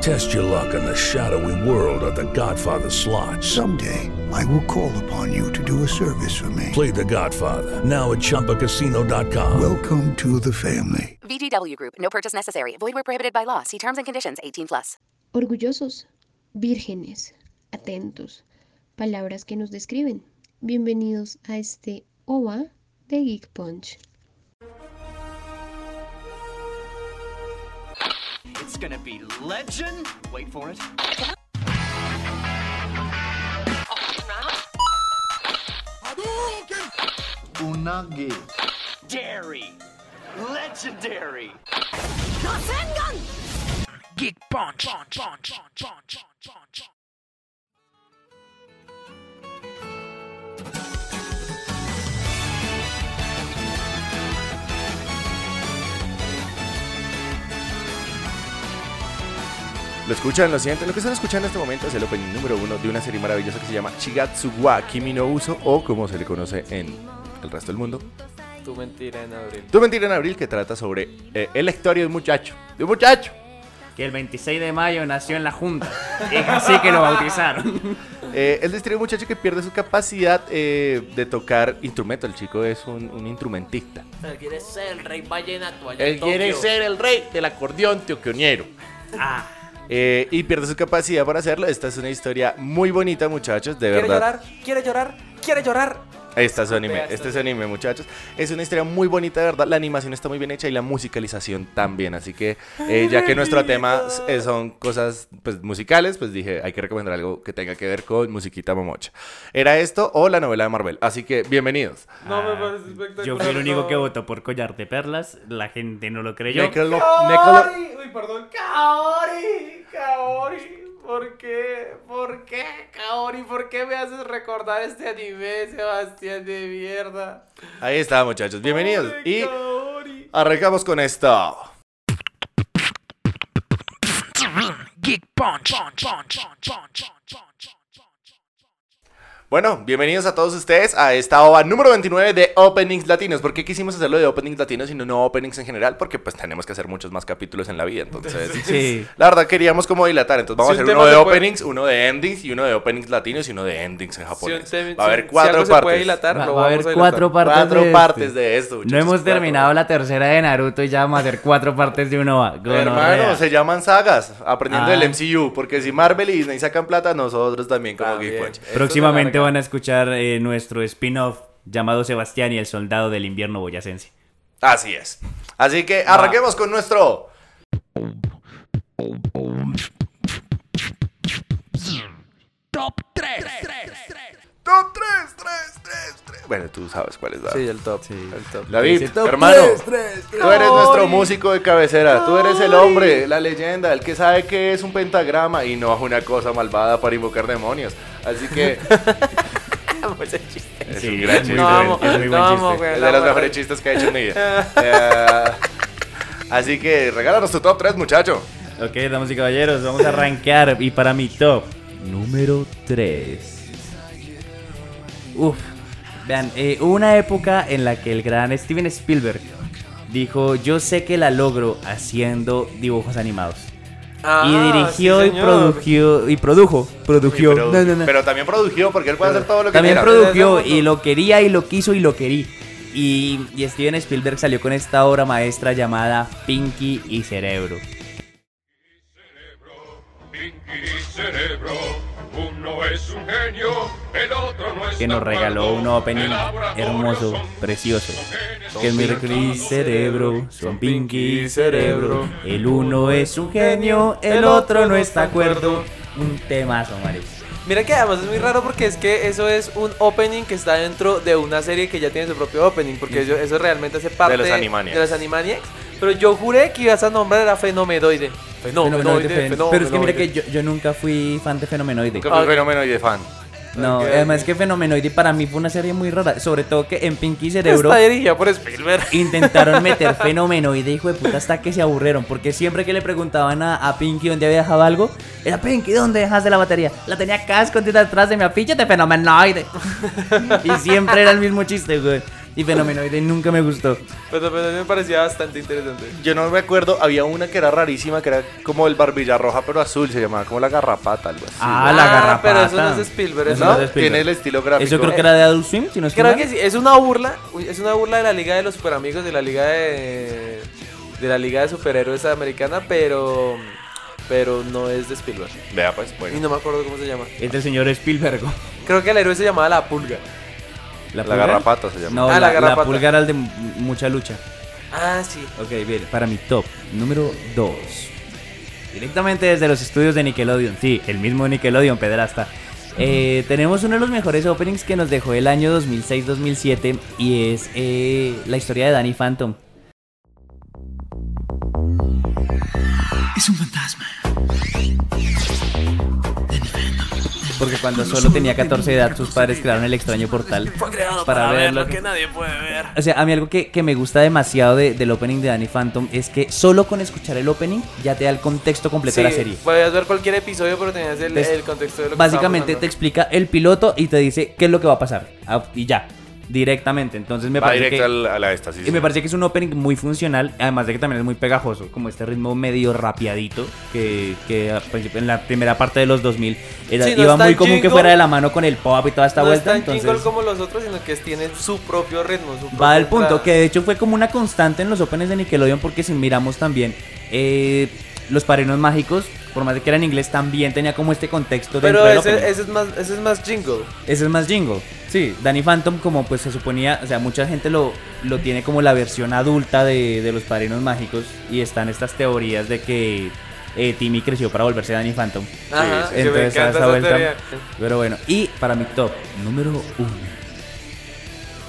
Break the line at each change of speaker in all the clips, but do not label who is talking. Test your luck in the shadowy world of The Godfather slot.
Someday, I will call upon you to do a service for me.
Play The Godfather now at ChumbaCasino.com.
Welcome to the family.
VGW Group. No purchase necessary. Void where prohibited by law. See terms and conditions. 18 plus.
Orgullosos, vírgenes, atentos, palabras que nos describen. Bienvenidos a este OVA de Geek Punch.
It's gonna be legend. Wait for it.
Unagi.
Dairy. Legendary.
Lo escuchan, lo sienten. Lo que están escuchando en este momento es el opening número uno de una serie maravillosa que se llama Shigatsu wa Kimi no Uso o como se le conoce en el resto del mundo.
Tu mentira en abril.
Tu mentira en abril que trata sobre eh, el historia de un muchacho. De un muchacho.
Que el 26 de mayo nació en la Junta. Es así que lo bautizaron.
Eh, es la historia de un muchacho que pierde su capacidad eh, de tocar instrumento. El chico es un, un instrumentista.
Él quiere ser el rey vallenato allá
Él
en
quiere
Tokio.
ser el rey del acordeón teoquionero.
Ah.
Eh, y pierde su capacidad para hacerlo. Esta es una historia muy bonita, muchachos, de
Quiere
verdad.
llorar, quiere llorar, quiere llorar.
Esta es anime,
Vea,
este
esta
es anime, muchachos. Es una historia muy bonita, de verdad. La animación está muy bien hecha y la musicalización también. Así que, eh, ya que nuestro tema eh, son cosas pues, musicales, pues dije, hay que recomendar algo que tenga que ver con musiquita momocha. Era esto o la novela de Marvel. Así que, bienvenidos.
No me parece espectacular. Yo fui el único que votó por collar de perlas. La gente no lo creyó.
Necro- necro-
Kaori. Uy, perdón. Kaori. Kaori. ¿Por qué? ¿Por qué, Kaori? ¿Por qué me haces recordar este anime, Sebastián de mierda?
Ahí está, muchachos. Bienvenidos.
Pobre
Y
Kaori.
arrancamos con esto. Bueno, bienvenidos a todos ustedes a esta ova número 29 de Openings Latinos. ¿Por qué quisimos hacerlo de Openings Latinos y no, no Openings en general? Porque pues tenemos que hacer muchos más capítulos en la vida, entonces...
Sí.
La verdad queríamos como dilatar, entonces vamos
Si
a
un
hacer
tema
uno de
se puede-
Openings, uno de Endings y uno de Openings Latinos y uno de Endings en japonés.
tema-
Va a
si-
haber
si
cuatro
algo se
partes.
puede dilatar,
Va,
lo
va a haber
vamos a
cuatro
dilatar.
partes.
Cuatro
de
partes
este.
de esto,
No
muchachos,
hemos
cuatro.
terminado la tercera de Naruto y ya vamos a hacer cuatro partes de uno.
Hermano, se llaman sagas, aprendiendo
Ah.
del MCU, porque si Marvel y Disney sacan plata, nosotros también como
También.
Geek Punch.
Próximamente van a escuchar eh, nuestro spin-off llamado Sebastián y el soldado del invierno boyacense.
Así es. Así que arranquemos con nuestro Top 3. Top 3, 3, 3, 3. Bueno, tú sabes cuál es la.
Sí, el top. El top.
David,
Sí, sí, top
hermano,
tres.
tú eres nuestro músico de cabecera, tú eres el hombre, la leyenda, el que sabe que es un pentagrama y no es una cosa malvada para invocar demonios. Así que es
Sí,
un gran chiste.
muy
No,
buen-
amo,
es muy
no,
buen
amo,
chiste.
güey.
Es
no,
de los
güey.
mejores chistes que ha hecho en mi vida. Eh, así que regálanos tu top 3, muchacho.
Ok, damas y caballeros, vamos a arrancar. Y para mi top número 3. Uf, vean, eh, hubo una época en la que el gran Steven Spielberg dijo: Yo sé que la logro haciendo dibujos animados. y dirigió y, produjo, y produjo. Produjo.
Pero,
no, no, no.
pero también produjo porque él puede hacer todo lo que
También
quiera.
produjo y lo quería y lo quiso y lo querí. Y, y Steven Spielberg salió con esta obra maestra llamada Pinky y Cerebro.
Pinky y Cerebro, uno es un genio,
que nos regaló un opening hermoso, precioso. Que es mi Ricky cerebro, son Pinky cerebro. El uno es un genio, el otro no está acuerdo. Un temazo, Mario.
Mira que además es muy raro porque es que eso es un opening que está dentro de una serie que ya tiene su propio opening, porque eso, eso realmente hace parte
los Animaniacs.
de los Animaniacs. Pero yo juré que ibas a nombrar a Fenomenoide. Fenomenoide,
Fenomenoide,
Fenomenoide.
Pero es que mira que yo, yo nunca fui fan de Fenomenoide.
Nunca fui fenómeno y de fan.
No, además que Fenomenoide para mí fue una serie muy rara, sobre todo que en Pinky Cerebro
Está dirigida Pues por Spielberg.
intentaron meter Fenomenoide, hijo de puta, hasta que se aburrieron, porque siempre que le preguntaban a, a Pinky dónde había dejado algo, era Pinky, ¿dónde dejaste la batería? La tenía acá escondida detrás de mi afiche de Fenomenoide. y siempre era el mismo chiste, güey. Y Fenomenoide nunca me gustó.
Pero, pero me parecía bastante interesante.
Yo no me acuerdo, había una que era rarísima, que era como el barbilla roja pero azul, se llamaba como la garrapata, algo así.
Ah, la garrapata.
pero eso no es de Spielberg,
Eso
¿no?
no es de Spielberg.
Tiene el estilo gráfico.
Eso creo que era de Adult Swim, si no estoy
Creo
mal.
que sí, es una burla, uy, es una burla de la Liga de los Superamigos, de la Liga de de la Liga de Superhéroes americana, pero pero no es de Spielberg.
Vea, pues,
Y
bueno.
no me acuerdo cómo se llama.
Es del señor Spielberg. güey.
Creo que el héroe se llamaba La Pulga.
¿La,
La
pulgar?
garrapata se llama.
No,
Ah, la
la, la,
garrapata.
pulgar al de m- mucha lucha.
Ah, sí.
Ok, bien. Para mi top número 2. Directamente desde los estudios de Nickelodeon. Sí, el mismo Nickelodeon, pederasta. Eh, tenemos uno de los mejores openings que nos dejó el año 2006-2007 y es eh, la historia de Danny Phantom.
Es un fantasma.
Porque cuando solo tenía 14 de edad, sus padres crearon el extraño portal para ver lo que
nadie puede ver.
O sea, a mí algo que, que me gusta demasiado de- del opening de Danny Phantom es que solo con escuchar el opening ya te da el contexto completo
Sí,
de la serie.
podías ver cualquier episodio, pero tenías el,
Entonces,
el contexto de lo que
Básicamente te
estaba
explica el piloto y te dice qué es lo que va a pasar. Ah, Y ya, directamente. Entonces me
Va
parece que...
directo al- a la esta, sí,
Y
sí.
me parece que es un opening muy funcional, además de que también es muy pegajoso, como este ritmo medio rapiadito que, que a principio- en la primera parte de los 2000 era,
Sí, no
iba
es tan
muy común que
jingle.
fuera de la mano con el pop y toda esta
pasando. no
vuelta.
es tan
entonces
jingle como los otros, sino que tiene su propio ritmo. su propia
va al punto,
entrada.
que de hecho fue como una constante en los opens de Nickelodeon, porque si miramos también eh, los padrinos mágicos, por más de que era en inglés, también tenía como este contexto dentro
Pero
del opening.
ese, ese es más, ese es más jingle.
Ese es más jingo. Sí, Danny Phantom como pues se suponía, o sea, mucha gente lo, lo tiene como la versión adulta de, de los padrinos mágicos y están estas teorías de que eh, Timmy creció para volverse Danny Phantom.
Ajá, sí, me
Entonces a
encanta
esa
esa
vuelta.
teoría.
Pero bueno, y para mi top número uno.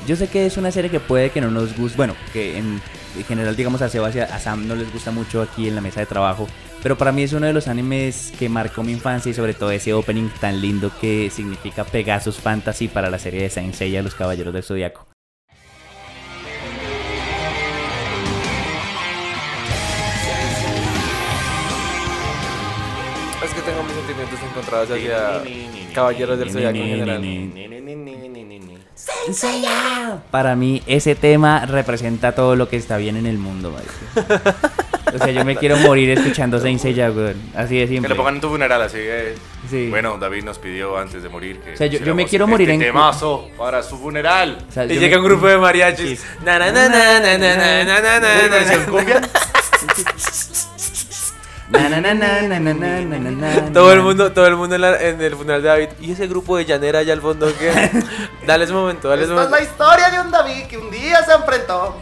Yo sé que es una serie que puede que no nos guste, bueno, que en en general digamos a Sebastián, a Sam no les gusta mucho aquí en la mesa de trabajo, pero para mí es uno de los animes que marcó mi infancia y sobre todo ese opening tan lindo que significa Pegasus Fantasy para la serie de Saint Seiya Los Caballeros del Zodiaco.
Es que tengo mis sentimientos encontrados hacia Caballeros del Zodiaco en general.
Para mí ese tema representa todo lo que está bien en el mundo, marica. O sea, yo me quiero morir escuchando Saint Seiya, weón. Así de
Que
simple.
lo pongan en tu funeral, así que.
Sí.
Bueno, David nos pidió antes de morir que.
O sea, yo- yo me
pusiéramos
quiero morir
este
en-
temazo para su funeral.
O sea,
Y
yo
llega
me-
un grupo de mariachis. Na, na, na, na, na, na, na, na, na, na,
Una versión
na,
cumbia.
Na, na, na, na, na, na, na, na, na, na.
na. Todo el mundo, todo el mundo en, la- en el funeral de David. ¿Y ese grupo de llanera allá al fondo qué? dale ese momento, dale ese
Esta es
momento.
la historia de un David que un día se enfrentó.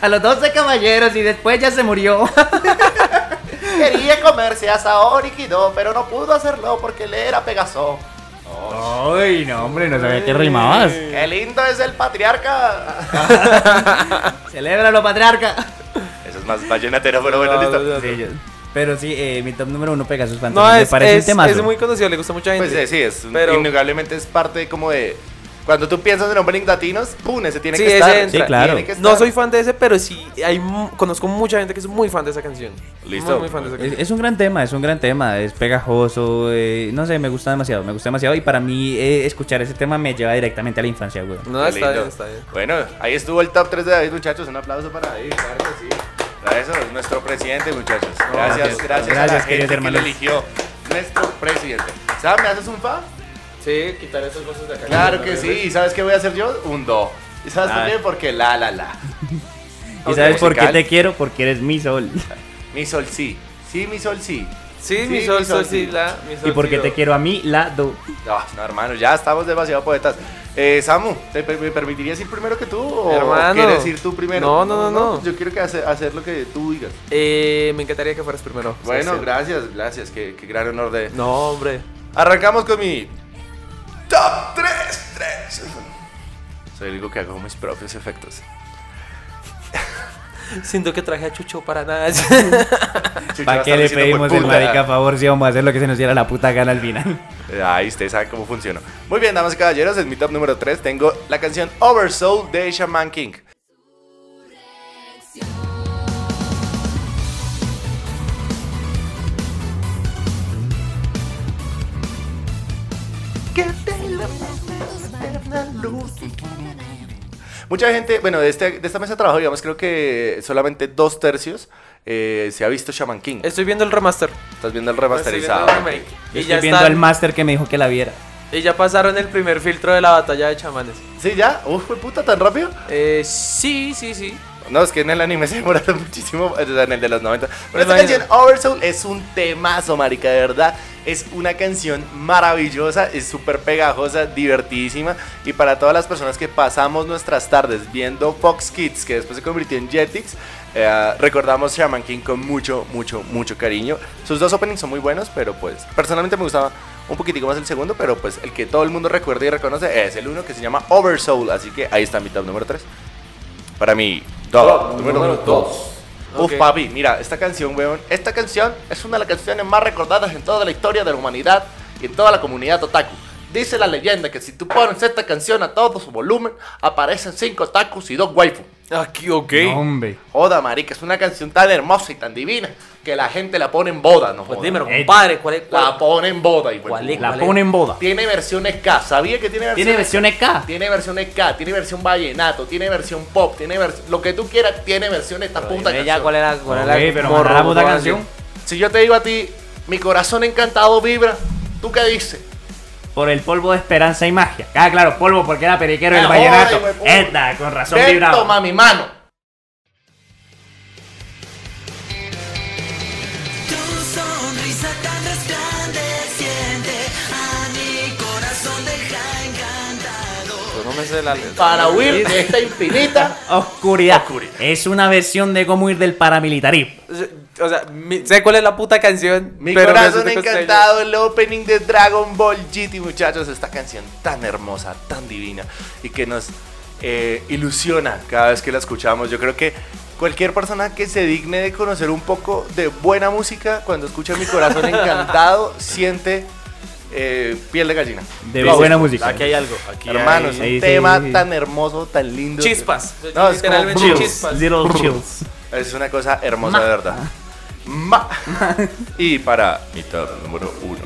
A los 12 caballeros y después ya se murió.
Quería comerse a Saori Kido, pero no pudo hacerlo porque él era Pegaso.
Ay, no, hombre, no sabía que rimabas.
¡Qué lindo es el patriarca!
Celébralo, patriarca.
Eso es más vallenatero, pero bueno, listo.
Sí, yo- Pero sí, eh, mi top número uno, Pegasus Fantasy.
No,
me
es,
parece
es,
un temazo.
es muy conocido, le gusta a mucha gente.
Pues eh, sí, es
Pero-
innegablemente es parte como de. Cuando tú piensas en opening latinos, ¡pum! Ese tiene
Sí,
que
ese
estar.
entra.
tiene
Sí, claro.
que estar.
No soy fan de ese, pero sí hay mu- conozco mucha gente que es muy fan de esa canción.
Listo.
Muy, muy fan de esa
Es,
canción.
es un gran tema, es un gran tema, es pegajoso, eh, no sé, me gusta demasiado, me gusta demasiado y para mí eh, escuchar ese tema me lleva directamente a la infancia, güey.
No,
Qué
está bien,
lindo.
está bien.
Bueno, ahí estuvo el top 3 de David, muchachos. Un aplauso para David, claro que sí. Para eso es nuestro presidente, muchachos. Gracias, gracias, a la
Gracias,
gente
queridos
que lo
hermanos.
eligió. Nuestro presidente. ¿Sabes? ¿Me haces un fa?
Sí, quitar esas cosas de acá.
Claro que sí. ¿Y sabes qué voy a hacer yo? Un do. ¿Y sabes
Ah.
por qué? Porque la, la, la.
¿Y sabes por qué
musical.
te quiero? Porque eres mi sol.
Mi sol sí. Sí, mi sol sí.
Sí, mi sol, Solcila, mi
Y porque
solcito.
te quiero a mi lado.
No, no, hermano, ya estamos demasiado poetas. Eh, Samu, ¿te per- me permitirías ir primero que tú? ¿O
Hermano.
quieres ir tú primero? Pues
No, no, no, no.
Yo quiero que hace- hacer lo que tú digas.
Eh, me encantaría que fueras primero.
Bueno,
Sebastián.
gracias, gracias. Qué, qué gran honor de.
No, hombre.
Arrancamos con mi. Top 3, 3. Soy el único que hago mis propios efectos.
Siento que traje a Chucho para nada.
¿Para qué le pedimos el marica a favor si vamos a hacer lo que se nos diera la puta gana al final?
Ahí ustedes saben cómo funciona. Muy bien, damas y caballeros, en mi top número 3 tengo la canción Oversoul de Shaman King. Mucha gente, bueno, de, este- de esta mesa de trabajo, digamos, creo que solamente dos tercios eh, se ha visto Shaman King.
Estoy viendo el remaster.
Estás viendo el remasterizado.
Estoy viendo el remake.
Yo
Y
estoy
ya,
viendo
están-
al máster que me dijo que la viera.
y ya pasaron el primer filtro de la batalla de chamanes.
¿Sí, ya? ¿Uf, fue puta tan rápido?
Eh, sí, sí, sí.
No, es que en el anime se demoraron muchísimo, o sea, en el de los 90. Pero esta
imagino.
canción Oversoul es un temazo, marica, de verdad. Es una canción maravillosa, es súper pegajosa, divertidísima. Y para todas las personas que pasamos nuestras tardes viendo Fox Kids, que después se convirtió en Jetix, eh, recordamos Shaman King con mucho, mucho, mucho cariño. Sus dos openings son muy buenos, pero pues personalmente me gustaba un poquitico más el segundo, pero pues el que todo el mundo recuerda y reconoce es el uno que se llama Oversoul. Así que ahí está mi top número 3. Para mí, top número 2. Uf,
Ok.
papi, mira, esta canción, weón. Esta canción es una de las canciones más recordadas en toda la historia de la humanidad y en toda la comunidad otaku. Dice la leyenda que si tú pones esta canción a todo su volumen, aparecen 5 otakus y dos waifu.
Aquí, ok.
No, hombre.
Joda, marica, es una canción tan hermosa y tan divina que la gente la pone en boda, ¿no?
Pues
joda.
dímelo, compadre, ¿cuál es?
La pone en boda, hijo de
¿Cuál es?
puta.
Eh, La pone en boda.
Tiene versión K, ¿sabía que tiene versión
Tiene versión K.
Tiene versión K, tiene versión vallenato, tiene versión pop, tiene vers- lo que tú quieras, tiene versión esta puta
Dime
canción.
ya cuál era, cuál era
Ok, pero mandará puta
morro-
canción.
Si yo te digo a ti, mi corazón encantado vibra, ¿tú qué dices?
Por el polvo de esperanza y magia. Ah, claro, polvo porque era periquero y el
Ah, joder,
vallenato.
hijo de puta.
Esta, con razón
Ven,
Ah.
vibraba.
toma mi mano.
Yo no me sé la letra.
Para huir de esta infinita.
Oscuridad. Eh, Es una versión de Gomur del paramilitarismo.
O sea, mi- sé cuál es la puta canción.
Mi
pero me
corazón
asusta que usted-
encantado, el opening de Dragon Ball GT, muchachos. Esta canción tan hermosa, tan divina y que nos eh, ilusiona cada vez que la escuchamos. Yo creo que cualquier persona que se digne de conocer un poco de buena música, cuando escucha mi corazón encantado, siente eh, piel de gallina.
De
Wow.
buena música.
Aquí hay algo. Aquí
Hermano, es
hay-
un
ahí sí,
tema
sí, sí.
tan hermoso, tan lindo.
Chispas.
No, es como
Literalmente
chills.
chispas.
Little chills.
Es una cosa hermosa, de verdad. Ma. Y para mi top número uno.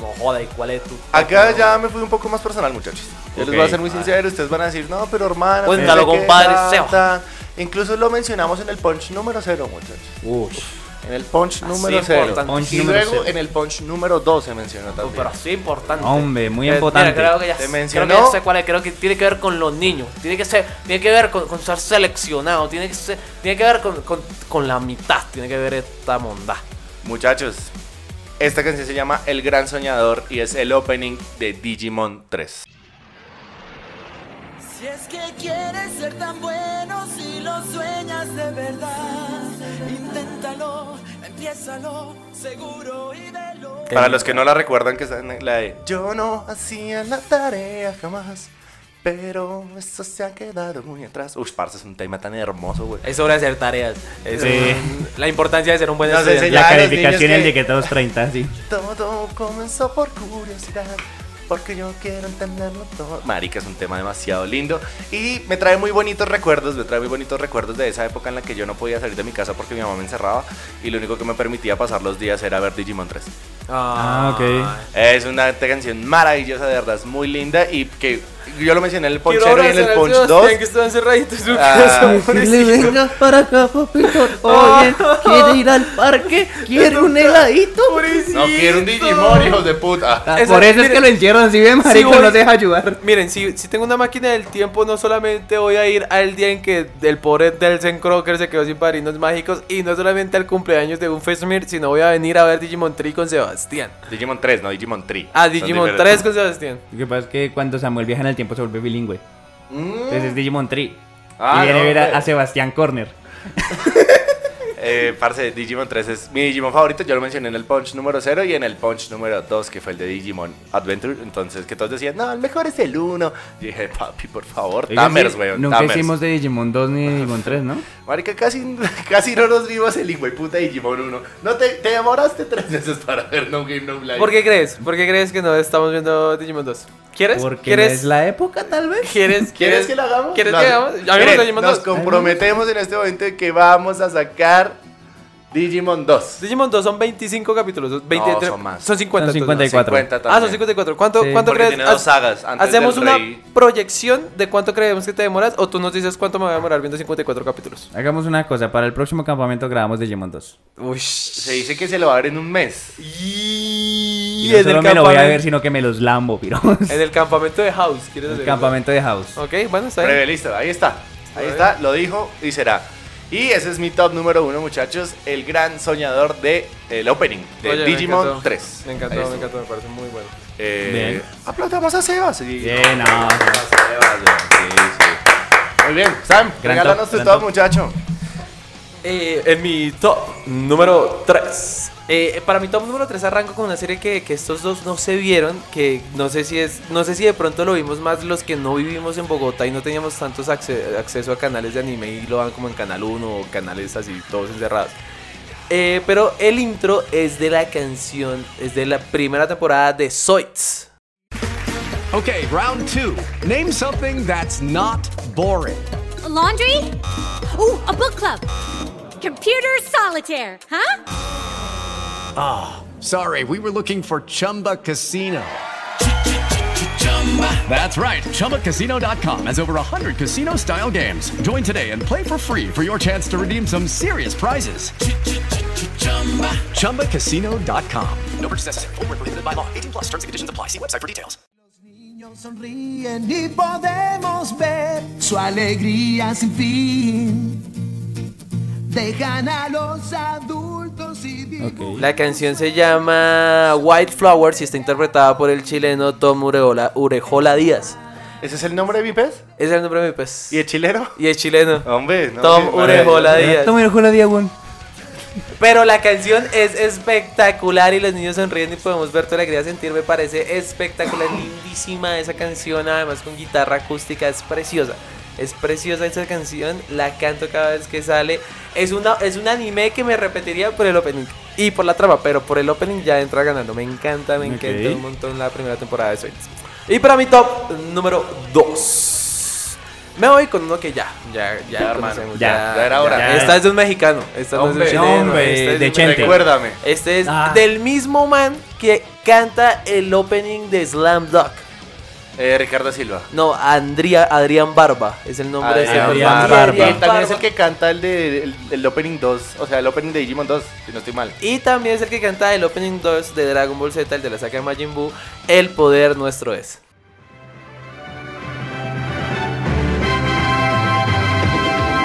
No joda, ¿y cuál es tu?
Acá ya me fui un poco más personal, muchachos. Yo les voy a
Ok.
ser muy sincero, ustedes van a decir, no, pero hermana.
Cuéntalo,
pero sé que
compadre,
tan,
Seba".
tan". Incluso lo mencionamos en el punch número cero, muchachos. En el punch número cero.
importante.
Punch
y
número
luego
cero.
en el punch número dos se mencionó también.
Pero sí importante. Eh,
Hombre, muy
Mira,
importante.
creo que ya,
Te
creo
mencionó.
que ya sé cuál es, creo que tiene que ver con los niños. Tiene que ser, tiene que ver con, con ser seleccionado. Tiene que ser, tiene que ver con, con- con la mitad. Tiene que ver esta mondad.
Muchachos, esta canción se llama El Gran Soñador y es el opening de Digimon 3.
Si es que quieres ser tan bueno, si lo sueñas de verdad, inténtalo, empiézalo, seguro y velo.
Para los que no la recuerdan, que es la de Yo no hacía la tarea jamás, pero eso se ha quedado muy atrás. Uy, parce, es un tema tan hermoso, güey.
Es hora de hacer tareas. Es
Sí.
un- la importancia de ser un buen
No sé,
estudiante.
La
Ya, los niños
calificación
que-
es de que todos 30, sí.
Todo comenzó por curiosidad, porque yo quiero entenderlo todo. Marica es un tema demasiado lindo y me trae muy bonitos recuerdos, me trae muy bonitos recuerdos de esa época en la que yo no podía salir de mi casa porque mi mamá me encerraba y lo único que me permitía pasar los días era ver Digimon 3.
Ah, ok.
Es una canción maravillosa, de verdad, es muy linda y que Yo lo mencioné en el
Quiero
Punch 0 y en el
abrazar al
Punch
Sebastián
2.
que está encerradito en su
Ah.
casa,
Decirle,
pobrecito.
venga para acá, papito. Oye, ¿quiere ir al parque? ¿Quiere un heladito?
No quiero un Digimon, hijos de puta.
Ah, por eso es que lo encierran, si ve, marico,
voy-
no se deja ayudar.
Miren, si, si tengo una máquina del tiempo, no solamente voy a ir al día en que el pobre Delsen Crocker se quedó sin padrinos mágicos y no solamente al cumpleaños de un Fesmir, sino voy a venir a ver Digimon Tree con Sebastián.
Digimon 3, no Digimon 3.
Ah, Digimon 3 con Sebastián.
Lo que pasa es que cuando Samuel viaja en el tiempo se vuelve bilingüe. Entonces es Digimon Tree.
Ah,
y viene
no,
a ver a,
pues.
a Sebastián Corner.
Eh, parce, Digimon 3 es mi Digimon favorito. Yo lo mencioné en el Punch número 0 y en el Punch número 2, que fue el de Digimon Adventure. Entonces, que todos decían, no, el mejor es el 1. Y dije, papi, por favor,
Oiga,
Tamers,
sí,
weón.
Nunca
Tamers.
hicimos de Digimon 2 ni de Digimon 3, ¿no?
Marica, casi, casi no nos vimos el hijo de puta Digimon 1. No te, te demoraste tres meses para ver No Game No Life.
¿Por qué crees? ¿Por qué crees que no estamos viendo Digimon 2? ¿Quieres?
Porque
¿Quieres?
no es la época, tal vez.
¿Quieres?
¿Quieres que lo hagamos?
¿Quieres
Lo
que
hacemos.
hagamos? Hagamos
Miren,
Digimon 2.
Nos comprometemos en este momento de que vamos a sacar Digimon 2.
Digimon 2 son 25 capítulos. son 23,
son más.
Son 50.
Son
entonces.
54.
ah, son 54. ¿Cuánto,
Sí.
cuánto
Porque
crees?
tiene dos
Haz-
sagas, antes
¿Hacemos
del
una
Rey.
proyección de cuánto creemos que te demoras? ¿O tú nos dices cuánto me voy a demorar viendo 54 capítulos?
Hagamos una cosa, para el próximo campamento grabamos Digimon 2.
Uy.
Se dice que se lo va a ver en un mes.
Y,
Y, no solo me lo voy a ver, sino que me los lambo, piro.
En el campamento de House, ¿quieres
El
hacer
campamento de House.
eso? Ok, bueno, está
Breve,
bien.
listo, ahí está. Ahí está, lo dijo y será. Y ese es mi top número uno, muchachos. El gran soñador del el opening de
Oye, me
Digimon
encantó.
3.
Me encantó,
Ahí
me
estuvo.
encantó, me parece muy bueno.
Eh,
Bien.
aplaudamos a Sebas. Sí,
Bien, no.
aplaudamos a Sebas, güey, sí, sí. Muy bien, Sam,
Gran
regálanos
top,
tu
gran
top,
top.
muchacho.
Eh, en mi top número 3. Eh, para mi top número 3 arranco con una serie que, que estos dos no se vieron, que no sé si es, no sé si de pronto lo vimos más los que no vivimos en Bogotá y no teníamos tantos acce- acceso a canales de anime y lo dan como en Canal 1 o canales así todos encerrados. Eh, pero el intro es de la canción, es de la primera temporada de Zoids.
Okay, round two. Name something that's not boring.
laundry? Ooh, a book club. Computer solitaire, huh?
Ah, sorry, we were looking for Chumba Casino. That's right, ChumbaCasino.com has over 100 casino style games. Join today and play for free for your chance to redeem some serious prizes. ChumbaCasino.com. No purchase necessary, forward prohibited by law, 18 plus terms and conditions apply. See website for details.
sonríen y podemos ver su alegría sin fin. Dejan a los adultos y
La canción se llama White Flowers y está interpretada por el chileno Tom Ureola- Urejola Díaz.
¿Ese es el nombre de mi pez?
Ese es el nombre de mi pez.
¿Y el chileno?
Y es chileno.
Hombre, no,
Tom
sí,
Urejola
maravilla.
Díaz.
Toma el juego de Diagon.
Pero la canción es espectacular y los niños sonríen y podemos ver tu alegría sentir. Me parece espectacular, lindísima esa canción. Además, con guitarra acústica, es preciosa. Es preciosa esa canción, la canto cada vez que sale. Es, una, es un anime que me repetiría por el opening y por la trama, pero por el opening ya entra ganando. Me encanta, me
Ok.
encanta un montón la primera temporada de Saints. Y para mi top número 2. Me voy con uno que ya, ya, ya,
Ya,
conocemos,
hermano, ya, ya era hora.
Esta es de un mexicano, esta no es de un
Hombre, este
chileno,
hombre,
esta es
de
un
Chente.
mexicano.
Recuérdame.
Este es
Ah.
del mismo man que canta el opening de Slam Dunk.
Eh, Ricardo Silva.
No, Andrea, Adrián Barba es el nombre de
Adrián
ese
Barba.
personaje.
Y él también es
Barba.
el que canta el, de, el, el opening 2, o sea, el opening de Digimon 2, si no estoy mal.
Y también es el que canta el opening 2 de Dragon Ball Z, el de la saga de Majin Buu, El poder nuestro es.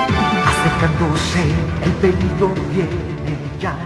Acercándose, el peligro viene ya.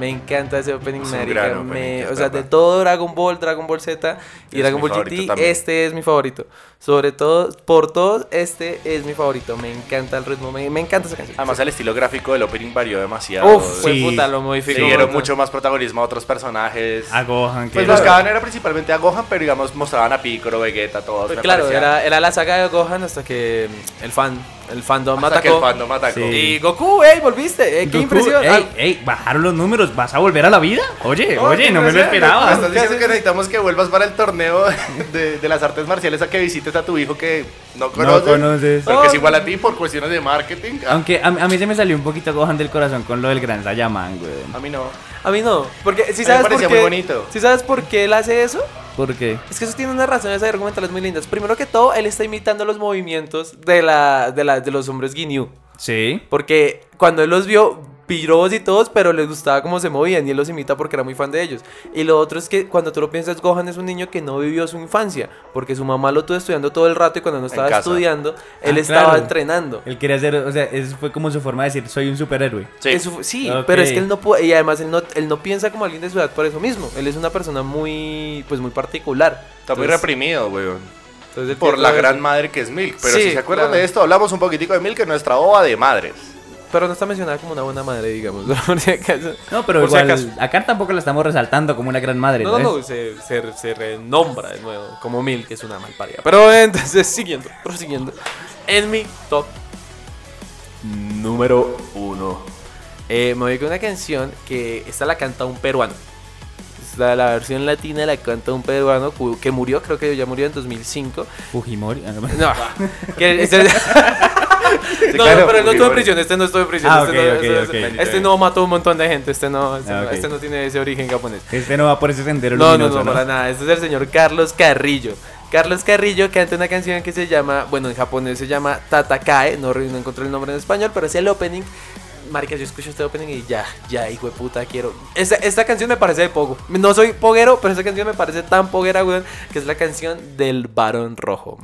Me encanta ese opening,
Es un
marica,
gran opening,
me-
es
o sea,
verdad.
de todo Dragon Ball, Dragon Ball Z y
Es
Dragon
mi
Ball
favorito
GT,
también.
este es mi favorito. Sobre todo, por todos, este es mi favorito. Me encanta el ritmo, me, me encanta esa canción.
Además, el estilo gráfico del opening varió demasiado.
Uf, fue puta, lo modificó
Le
un
dieron
montón.
mucho más protagonismo a otros personajes.
A Gohan,
Pues
que-
buscaban era principalmente a Gohan, pero digamos mostraban a Piccolo, Vegeta, todos.
Pues
me
claro,
parecía.
era, era la saga de Gohan hasta que mm, el fan, el fandom
Hasta que
atacó.
el fandom atacó.
Y Goku, ey, volviste, eh, qué
Goku,
impresión.
Ey,
Ah.
ey, bajaron los números, ¿vas a volver a la vida? Oye, oye, no me lo
Me
esperaba.
Ah, estás diciendo que necesitamos que vuelvas para el torneo de, de las artes marciales a que visites a tu hijo que no conoces.
conoces.
Pero que es
Oh.
igual a ti por cuestiones de marketing. Ah,
Aunque a, a mí se me salió un poquito Gohan del corazón con lo del Gran Saiyaman, güey.
A mí no.
A mí no, porque si
A mí me
sabes por
parecía
qué.
muy bonito.
¿sí sabes por qué él hace eso?
¿Por qué?
Es que eso tiene unas razones argumentales muy lindas. Primero que todo, él está imitando los movimientos de, la, de, la, de los hombres Ginyu.
Sí.
Porque cuando él los vio, pirobos y todos, pero les gustaba cómo se movían y él los imita porque era muy fan de ellos. Y lo otro es que cuando tú lo piensas, Gohan es un niño que no vivió su infancia, porque su mamá lo tuvo estudiando todo el rato y cuando no estaba
casa.
estudiando, él
Ah,
estaba
claro.
entrenando.
Él quería ser, o sea, eso fue como su forma de decir, soy un superhéroe.
Eso fu- Sí,
Ok.
pero es que él no puede, y además él no, él no piensa como alguien de su edad por eso mismo. Él es una persona muy, pues muy particular.
Está muy reprimido, weón. Por
tiene
la
todo
gran
eso.
madre que es Milk. Pero
Sí,
si se acuerdan
claro.
de esto, hablamos un poquitico de Milk en nuestra ova de madres.
Pero no está mencionada como una buena madre, digamos. por si acaso.
No, pero
Por si
igual,
acaso.
acá tampoco la estamos resaltando como una gran madre.
No, no, no, se, se, se renombra de nuevo como Mil, que es una malparida. Pero eh, entonces, siguiendo, prosiguiendo. En mi top número uno, eh, me voy con una canción que esta la canta un peruano. Es La, la versión latina la canta un peruano cu- que murió, creo que ya murió en 2005.
Fujimori. ah,
No, que este- no,
claro,
pero él no estuvo en
Fujimori.
prisión, este no estuvo en prisión.
Ah,
este,
ok,
no,
ok,
este-
ok.
este- este no mató un montón de gente, este no, este
Ah,
no-
ok.
este no tiene ese origen japonés.
Este no va por ese sendero
No, no,
luminoso,
no, para nada. Este es el señor Carlos Carrillo. Carlos Carrillo canta una canción que se llama, bueno, en japonés se llama Tatakae. No, re- no encontré el nombre en español, pero es el opening. Marica, yo escucho este opening y ya, ya, hijo de puta, quiero. Esta, esta canción me parece de poco. No soy poguero, pero esta canción me parece tan poguera, weón, que es la canción del varón rojo.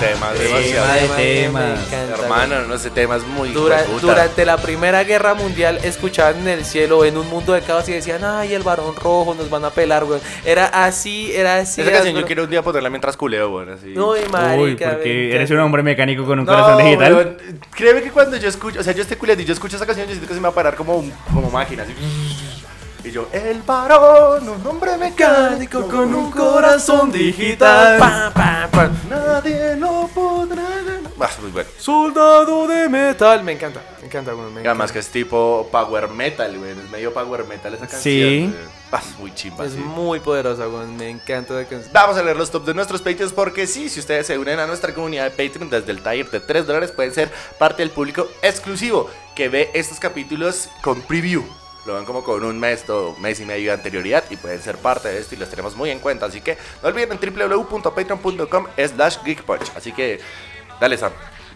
Temas
Sí,
demasiado.
madre, temas. me encanta,
Hermano, no sé, temas muy
Dura-
hijueputa.
durante la Primera Guerra Mundial escuchaban en el cielo, en un mundo de caos, y decían, ay, el varón rojo, nos van a pelar, weón. Era así, era así.
Esa
era
canción yo
así.
quiero un día ponerla mientras culeo, bueno, así.
No, y marica,
Uy,
me
porque
encanta.
eres un hombre mecánico con un
No,
corazón digital.
weón, créeme que cuando yo escucho, o sea, yo estoy culeando y yo escucho esa canción, yo siento que se me va a parar como, un- como máquina. así. Y yo, el varón, un hombre mecánico con un corazón digital.
Pam, pam, pam.
Nadie lo podrá ganar. Ah, muy bueno.
Soldado de metal. Me encanta, me encanta, weón, me
Y Además
encanta.
que es tipo power metal, güey. Es medio power metal esa canción.
Sí.
güey. Ah, es muy chimba,
Es
sí.
muy poderosa, weón, me encanta esa canción.
Vamos a leer los top de nuestros Patreons porque sí, si ustedes se unen a nuestra comunidad de Patreon desde el tier de 3 dólares pueden ser parte del público exclusivo que ve estos capítulos con preview. Lo ven como con un mes o mes y medio de anterioridad y pueden ser parte de esto y los tenemos muy en cuenta. Así que no olviden www.patreon.com slash geekpunch. Así que dale Sam,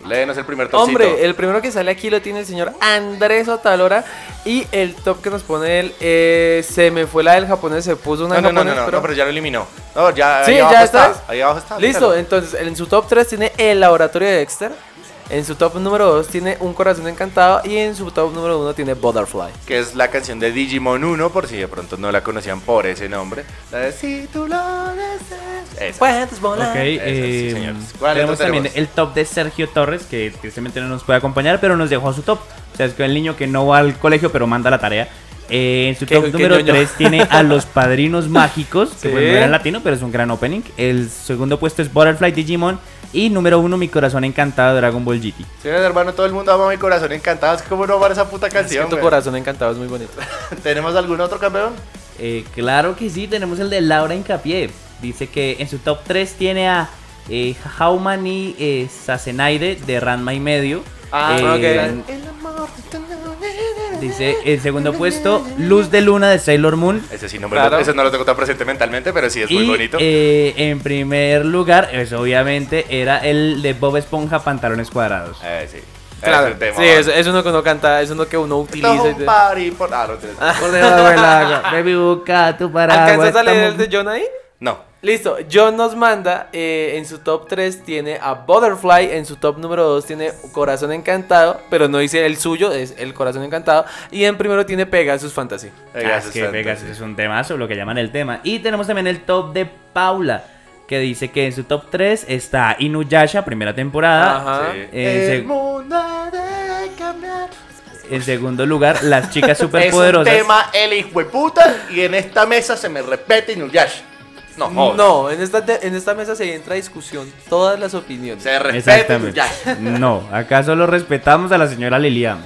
léenos el primer topcito.
Hombre, el primero que sale aquí lo tiene el señor Andrés Otalora. Y el top que nos pone él, eh, se me fue la del japonés, se puso una
no, no, no, no,
japonés,
no,
pero-
no, pero ya lo eliminó. No, ya,
Sí,
ahí abajo
ya
está.
estás.
Ahí abajo está.
Listo,
míralo.
entonces en su top 3 tiene el laboratorio de Dexter. En su top número 2 tiene Un Corazón Encantado. Y en su top número 1 tiene Butterfly.
Que es la canción de Digimon 1, por si de pronto no la conocían por ese nombre. La de Si tú lo deseas. Esa.
Puedes volar.
Ok,
Esa,
eh,
sí, señores. ¿Cuál
tenemos
otro tenemos?
también el top de Sergio Torres, que tristemente no nos puede acompañar, pero nos dejó su top. O sea, es que el niño que no va al colegio, pero manda la tarea. Eh, en su
Qué-
top
qué
número
ñoño.
3 tiene a los padrinos mágicos, que
Sí.
pues, no era en latino, pero es un gran opening. El segundo puesto es Butterfly Digimon. Y número uno, mi corazón encantado, Dragon Ball GT.
Señores, hermano, todo el mundo ama mi corazón encantado. Es que cómo no amar esa puta
Es que
canción.
tu
güey?
corazón encantado es muy bonito.
¿Tenemos algún otro campeón?
Eh, claro que sí, tenemos el de Laura Incapié. Dice que en su top 3 tiene a eh, Haumani eh, Sasenaide de Ranma y medio.
Ah,
Eh,
ok. El amor de tu novela.
Dice Eh, el segundo puesto, Luz de Luna de Sailor Moon.
Ese sí, no, me lo-
Claro.
ese no lo tengo tan presente mentalmente, pero sí es muy
y
bonito.
eh, en primer lugar, pues, obviamente, era el de Bob Esponja Pantalones Cuadrados.
Eh, sí.
Claro,
Ese
sí,
tema,
es, es uno que uno canta, es uno que uno
Esto es
utiliza. y
un
te-
party por- ah, no, tienes-
Por debajo del agua, baby uh. busca tu paraguas.
¿Alcanzas a leer el
estamos-
de John ahí?
No.
Ah,
Listo, John nos manda, eh, en su top 3 tiene a Butterfly, en su top número 2 tiene Corazón Encantado, pero no dice el suyo, es el Corazón Encantado, y en primero tiene Pegasus Fantasy.
Ah, es que Pegasus es un temazo, lo que llaman el tema. Y tenemos también el top de Paula, que dice que en su top 3 está Inuyasha, primera temporada.
Ajá.
En,
Eh,
seg-
El mundo ha de cambiar.
en segundo lugar, las chicas
Es
superpoderosas.
un tema el hijo de puta y en esta mesa se me repete Inuyasha. No, jodas.
No, en esta, en esta mesa se entra a discusión todas las opiniones.
Se respeta
Exactamente.
Inuyasha.
No, acaso lo respetamos a la señora Lilian.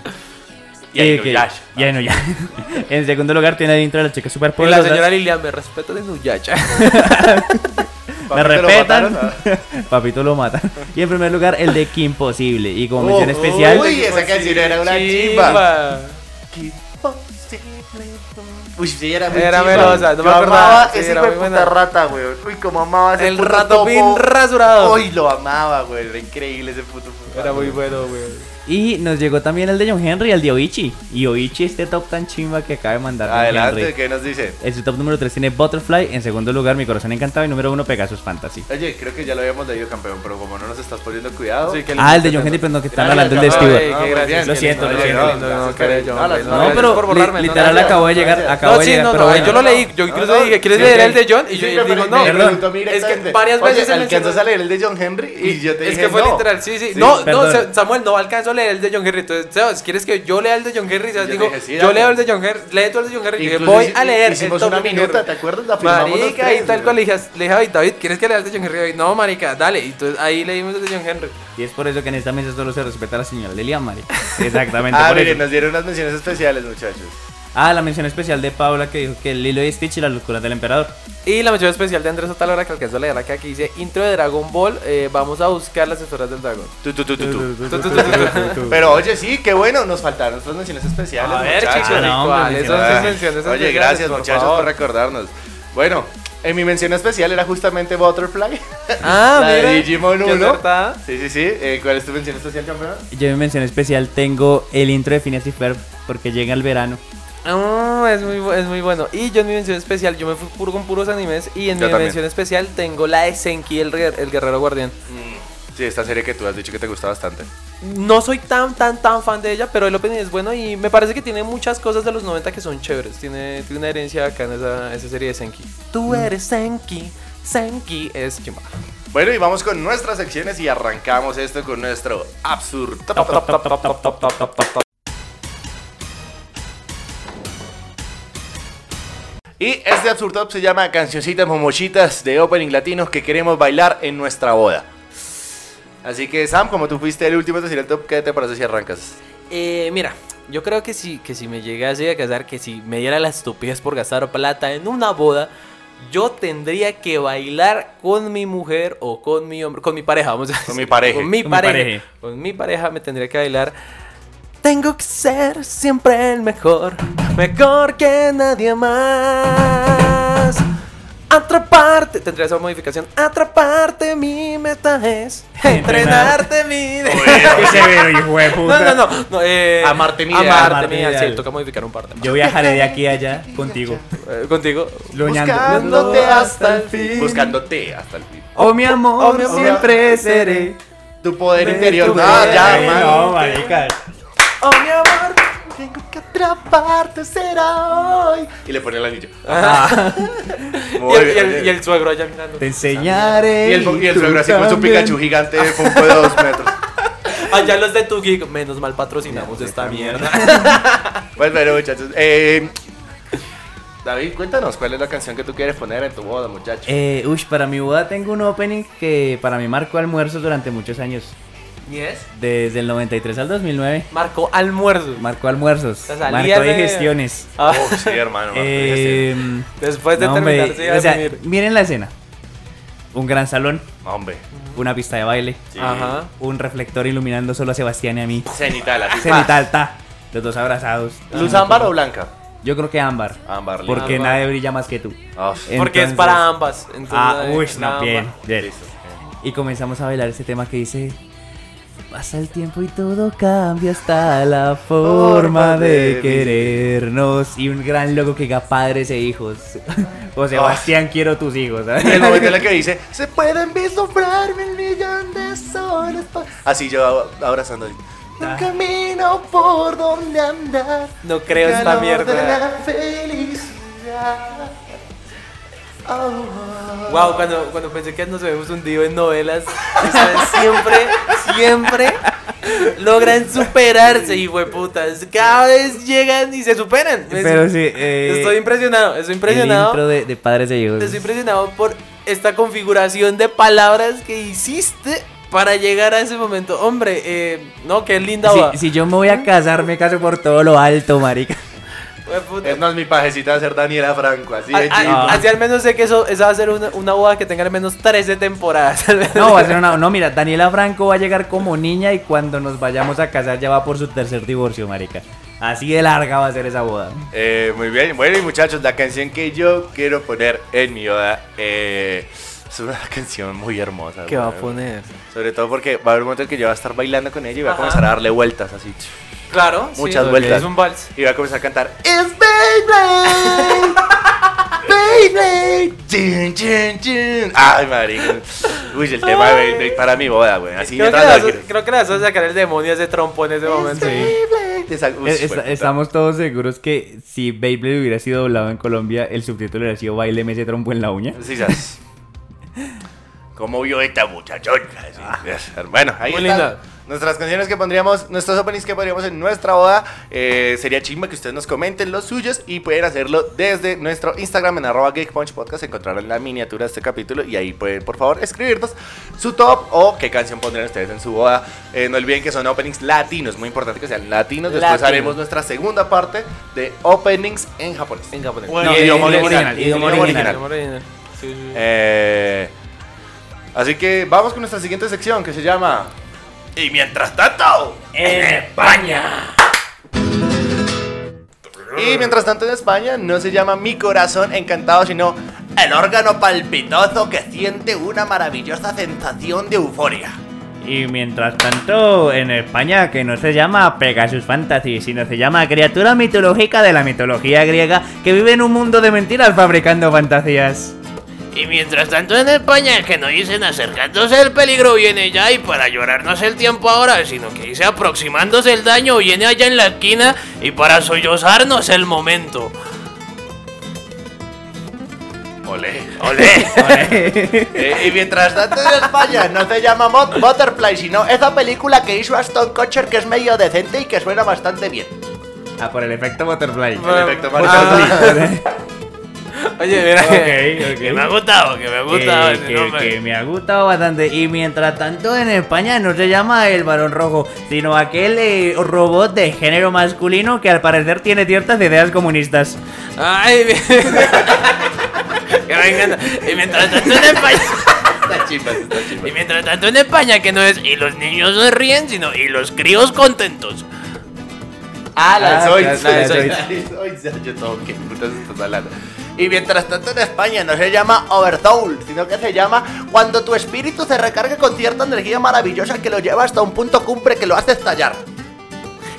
Y a
Eh, que-
Inuyasha.
y a Inuyasha. en Pues, segundo lugar tiene el intro de las chicas
Y la
superpoderosas.
señora Lilian, me respeta de Nuyacha.
me
Papito lo
respetan.
mataron,
Papito lo mata. Y en primer lugar, el de Kim Possible. Y como mención
Oh,
especial.
Uy,
Pues
esa canción era una chimba.
chimba.
oh, Uy, sí, era muy
Era
chimba.
melosa, no
Yo
me acordaba,
amaba
sí,
ese
era
hijo de
muy buena.
puta rata, weón. Uy, como amaba ese
El
puto
rato
topo.
bien rasurado.
Uy, lo amaba, weón. Era increíble ese puto. Era muy bueno, weón.
Y nos llegó también el de John Henry, el de Oichi. Y Oichi, este top tan chimba que acaba de mandar. John
Adelante,
Henry.
¿qué nos dice?
En su top número 3 tiene Butterfly. En segundo lugar, Mi Corazón Encantado. Y número 1, Pegasus Fantasy.
Oye, creo que ya lo habíamos leído campeón, pero como no nos estás poniendo cuidado. Ah,
Ah, el de John Henry, pues no, que están hablando del de Stewart. Lo siento, lo siento. No, pero li- literal acabo de llegar. acabo
No,
de
sí,
llegar,
no,
pero
no,
bueno.
yo lo leí. Yo incluso dije, ¿quieres leer el de John? Y yo
Sí,
yo
me
digo,
preguntó
no. Es
directamente.
que varias
Oye,
veces él
alcanzas
mencionó-
a leer el de John Henry y yo te dije
Es que fue
no.
literal, sí, sí.
Sí,
no, no,
perdón.
Sa- Samuel, no alcanzó a leer el de John Henry. Entonces, Sebas, ¿quieres que yo lea el de John Henry? Sebas
Yo
dijo,
dije, sí,
yo
dale.
leo el de John Henry, lee tú el de John Henry. Y dije,
Incluso
voy
hici-
a leer el
hicimos
top
una
de John
minuta,
Henry.
¿te acuerdas? La firmamos los
Marica,
tres,
y tal cual le dije, a- le dije a David, David, ¿quieres que lea el de John Henry? David, no, marica, dale. Y entonces ahí leímos el de John Henry.
Y es por eso que en esta mesa solo se respeta la señal de Liam, Mari. Exactamente.
Ah,
por
miren,
eso.
nos dieron unas menciones especiales, muchachos.
Ah, la mención especial de Paula que dijo que Lilo y Stitch y las locuras del emperador.
Y la mención especial de Andrés Otalora que alcanzó a leer acá que dice intro de Dragon Ball, eh, vamos a buscar las esferas del dragón.
Tu, tu, tu, tu, tu.
Tu, tu, tu, tu, tu.
Pero oye, sí, qué bueno, nos faltaron otras menciones especiales.
A ver,
muchachos.
chicos, Ah, no, ¿cuáles hombre, son sus
Ay,
menciones
Oye,
especiales,
gracias,
por
muchachos,
favor?
por recordarnos. Bueno, en mi mención especial era justamente Butterfly.
Ah,
la
mira,
De Digimon
qué
1.
acertada.
Sí, sí, sí. Eh, ¿Cuál es tu mención especial, campeón?
Yo en mención especial tengo el intro de Phineas y Ferb porque llega el verano.
Ah, es, muy, bu- es muy bueno. Y yo en mi mención especial, yo me fui puro con puros animes. Y en
Yo
mi
también.
mención especial tengo la de Senki, el, guer- el guerrero guardián.
Mm, Sí, esta serie que tú has dicho que te gusta bastante.
No soy tan, tan, tan fan de ella, pero el opening es bueno y me parece que tiene muchas cosas de los 90 que son chéveres. Tiene, tiene una herencia acá en esa, esa serie de Senki. Tú eres Senki, Senki es chimba.
Bueno, y vamos con nuestras secciones y arrancamos esto con nuestro absurdo. Y este absurdo se llama Cancioncitas Momochitas de Opening Latinos que queremos bailar en nuestra boda. Así que, Sam, como tú fuiste el último a decir el top, ¿qué te parece si arrancas?
Eh, mira, yo creo que si, que si me llegase a casar, que si me diera la estupidez por gastar plata en una boda, yo tendría que bailar con mi mujer o con mi hombre, con mi pareja, vamos a decir. Con mi
pareja.
Con mi
Con mi
pareja.
pareja.
Con mi pareja me tendría que bailar. Tengo que ser siempre el mejor, mejor que nadie más. Atraparte, tendría esa modificación. Atraparte, mi meta es entrenarte, mi.
Qué severo, hijo de puta.
No, no, no. no, eh,
Amarte mi ideal.
Amarte,
Amarte
mi
mi
ideal. Sí,
ideal.
toca modificar un par de Eh,
Yo viajaré de aquí a allá contigo.
contigo.
Loñando.
hasta el fin. Buscándote hasta el fin.
Oh mi amor,
Oh,
Ah,
mi amor.
siempre seré.
Tu poder
de
interior.
tu
Ah,
poder.
ya,
Ay,
man.
No, marica.
Oh, mi amor.
Tengo que atraparte, será hoy.
Y le pone el anillo.
Ah.
Muy
y, el, y
bien.
el- y el suegro allá mirando.
Te enseñaré.
Y el, y el
tú
suegro así con su
también.
Pikachu gigante de Funko de dos metros.
Allá Ah, los de tu geek, menos mal patrocinamos esta mierda.
Pues bueno, muchachos. eh, David, cuéntanos cuál es la canción que tú quieres poner en tu boda, muchacho.
Eh, uy, para mi boda tengo un opening que para mí marcó almuerzos durante muchos años.
¿Y es?
Desde el 93 al 2009.
Marcó almuerzos.
Marcó almuerzos.
La salida
Marcó
de-
digestiones.
Ah.
Oh, sí, hermano. marcó
Eh,
digestiones.
Después de
no, hombre,
terminar, se iba a
o sea,
venir.
miren la escena. Un gran salón.
Hombre.
Una pista de baile.
Sí. Ajá.
Un reflector iluminando solo a Sebastián y a mí.
Cenital, así.
Cenital, ta. Los dos abrazados.
¿Luz ámbar o blanca?
Yo creo que ámbar.
Ámbar. Ah, lindo.
Porque nadie brilla más que tú.
Porque es
Entonces-
para ambas. entonces,
Ah,
eh,
uy,
nada
no,
más.
bien, bien. Y comenzamos a bailar ese tema que dice... Pasa el tiempo y todo cambia hasta la forma de querernos. Y un gran loco que diga padres e hijos. o Sebastián, quiero tus hijos. ¿sabes?
El momento en el que dice, se pueden
vislumbrar mil millón de soles por
así yo ab- abrazando.
Ah.
un camino por donde andar.
No creo esta
Calor De
mierda.
la felicidad. Oh.
Wow, cuando, cuando pensé que nos habíamos hundido en novelas, ustedes siempre, siempre logran superarse, hijo de putas. Cada vez llegan y se superan. Me-
Pero sí, eh,
estoy impresionado, estoy
El
impresionado.
intro de, de padres e hijos.
Estoy impresionado por esta configuración de palabras que hiciste para llegar a ese momento. Hombre, eh, no, qué linda va.
Si, si yo me voy a casar, me caso por todo lo alto, marica.
Es más, mi pajecita va a ser Daniela Franco. Así
Ah,
A-
de
a-
chimba.
Ah, Así al menos sé que eso, esa va a ser una, una boda que tenga al menos 13 temporadas.
No, va a ser una- No, mira, Daniela Franco va a llegar como niña y cuando nos vayamos a casar ya va por su tercer divorcio, marica. Así de larga va a ser esa boda.
Eh, muy bien, bueno y muchachos, la canción que yo quiero poner en mi boda eh, es una canción muy hermosa.
¿Qué va a
weón.
poner?
Sobre todo porque va a haber un momento en que yo voy a estar bailando con ella y voy a
Ajá.
comenzar a darle vueltas así.
Claro, sí.
Muchas
Ok.
vueltas.
Es un vals.
Y voy a comenzar a cantar.
It's Beyblade. Beyblade.
"Chin, chin, chin". Ay, marica. Uy, el tema de Beyblade para mi boda, güey. Así
Creo que,
mientras
le vas
la-
a, creo que le vas a sacar el demonio a ese trompo en ese momento.
Esa- uy,
Es-
fue puta.
estamos todos seguros que si Beyblade hubiera sido doblado en Colombia, el subtítulo hubiera sido Baile ese trompo en la uña.
Sí, sabes. ¿Cómo vio esta muchachona? Sí, yes. Bueno, ahí
Muy
están
linda.
Nuestras canciones que pondríamos, nuestros openings que pondríamos en nuestra boda, Eh, sería chimba que ustedes nos comenten los suyos y pueden hacerlo desde nuestro Instagram en arroba geekpunchpodcast. Encontrarán la miniatura de este capítulo y ahí pueden, por favor, escribirnos su top o qué canción pondrían ustedes en su boda. Eh, no olviden que son openings latinos, muy importante que sean latinos. Después
Latino.
haremos nuestra segunda parte de openings en japonés. En japonés.
No, en
idioma
inglés.
original.
Idioma
idioma
original.
original.
Sí, sí, sí.
Eh, así que vamos con nuestra siguiente sección que se llama. Y mientras tanto, en España. Y mientras tanto en España no se llama Mi corazón encantado, sino el órgano palpitoso que siente una maravillosa sensación de euforia.
Y mientras tanto, en España, que no se llama Pegasus Fantasy, sino se llama criatura mitológica de la mitología griega que vive en un mundo de mentiras fabricando fantasías.
Y mientras tanto en España que no dicen acercándose el peligro viene ya y para llorarnos el tiempo ahora, sino que dice aproximándose el daño viene allá en la esquina y para sollozarnos el momento.
Ole, ole. Eh, y mientras tanto en España no se llama Mot- Butterfly, sino esa película que hizo Aston Kutcher que es medio decente y que suena bastante bien.
Ah, por el efecto Butterfly.
El efecto
Butterfly.
Oye, mira.
Ok, ok.
Ah. Que me ha gustado, que me ha gustado.
Que,
ese
que-
nombre.
que me ha gustado bastante. Y mientras tanto, en España no se llama el varón rojo, sino aquel eh, robot de género masculino que al parecer tiene ciertas ideas comunistas.
Ay, mi-
Que me encanta. Y mientras tanto en España. Y mientras tanto en España que no es y los niños no ríen, sino y los críos contentos.
Ah, la
Ah,
soy,
la-
soy,
la
soy,
soy.
soy, soy, yo todo, ¿qué putas estás hablando? Y mientras tanto en España no se llama Oversoul, sino que se llama cuando tu espíritu se recarga con cierta energía maravillosa que lo lleva hasta un punto cumbre que lo hace estallar.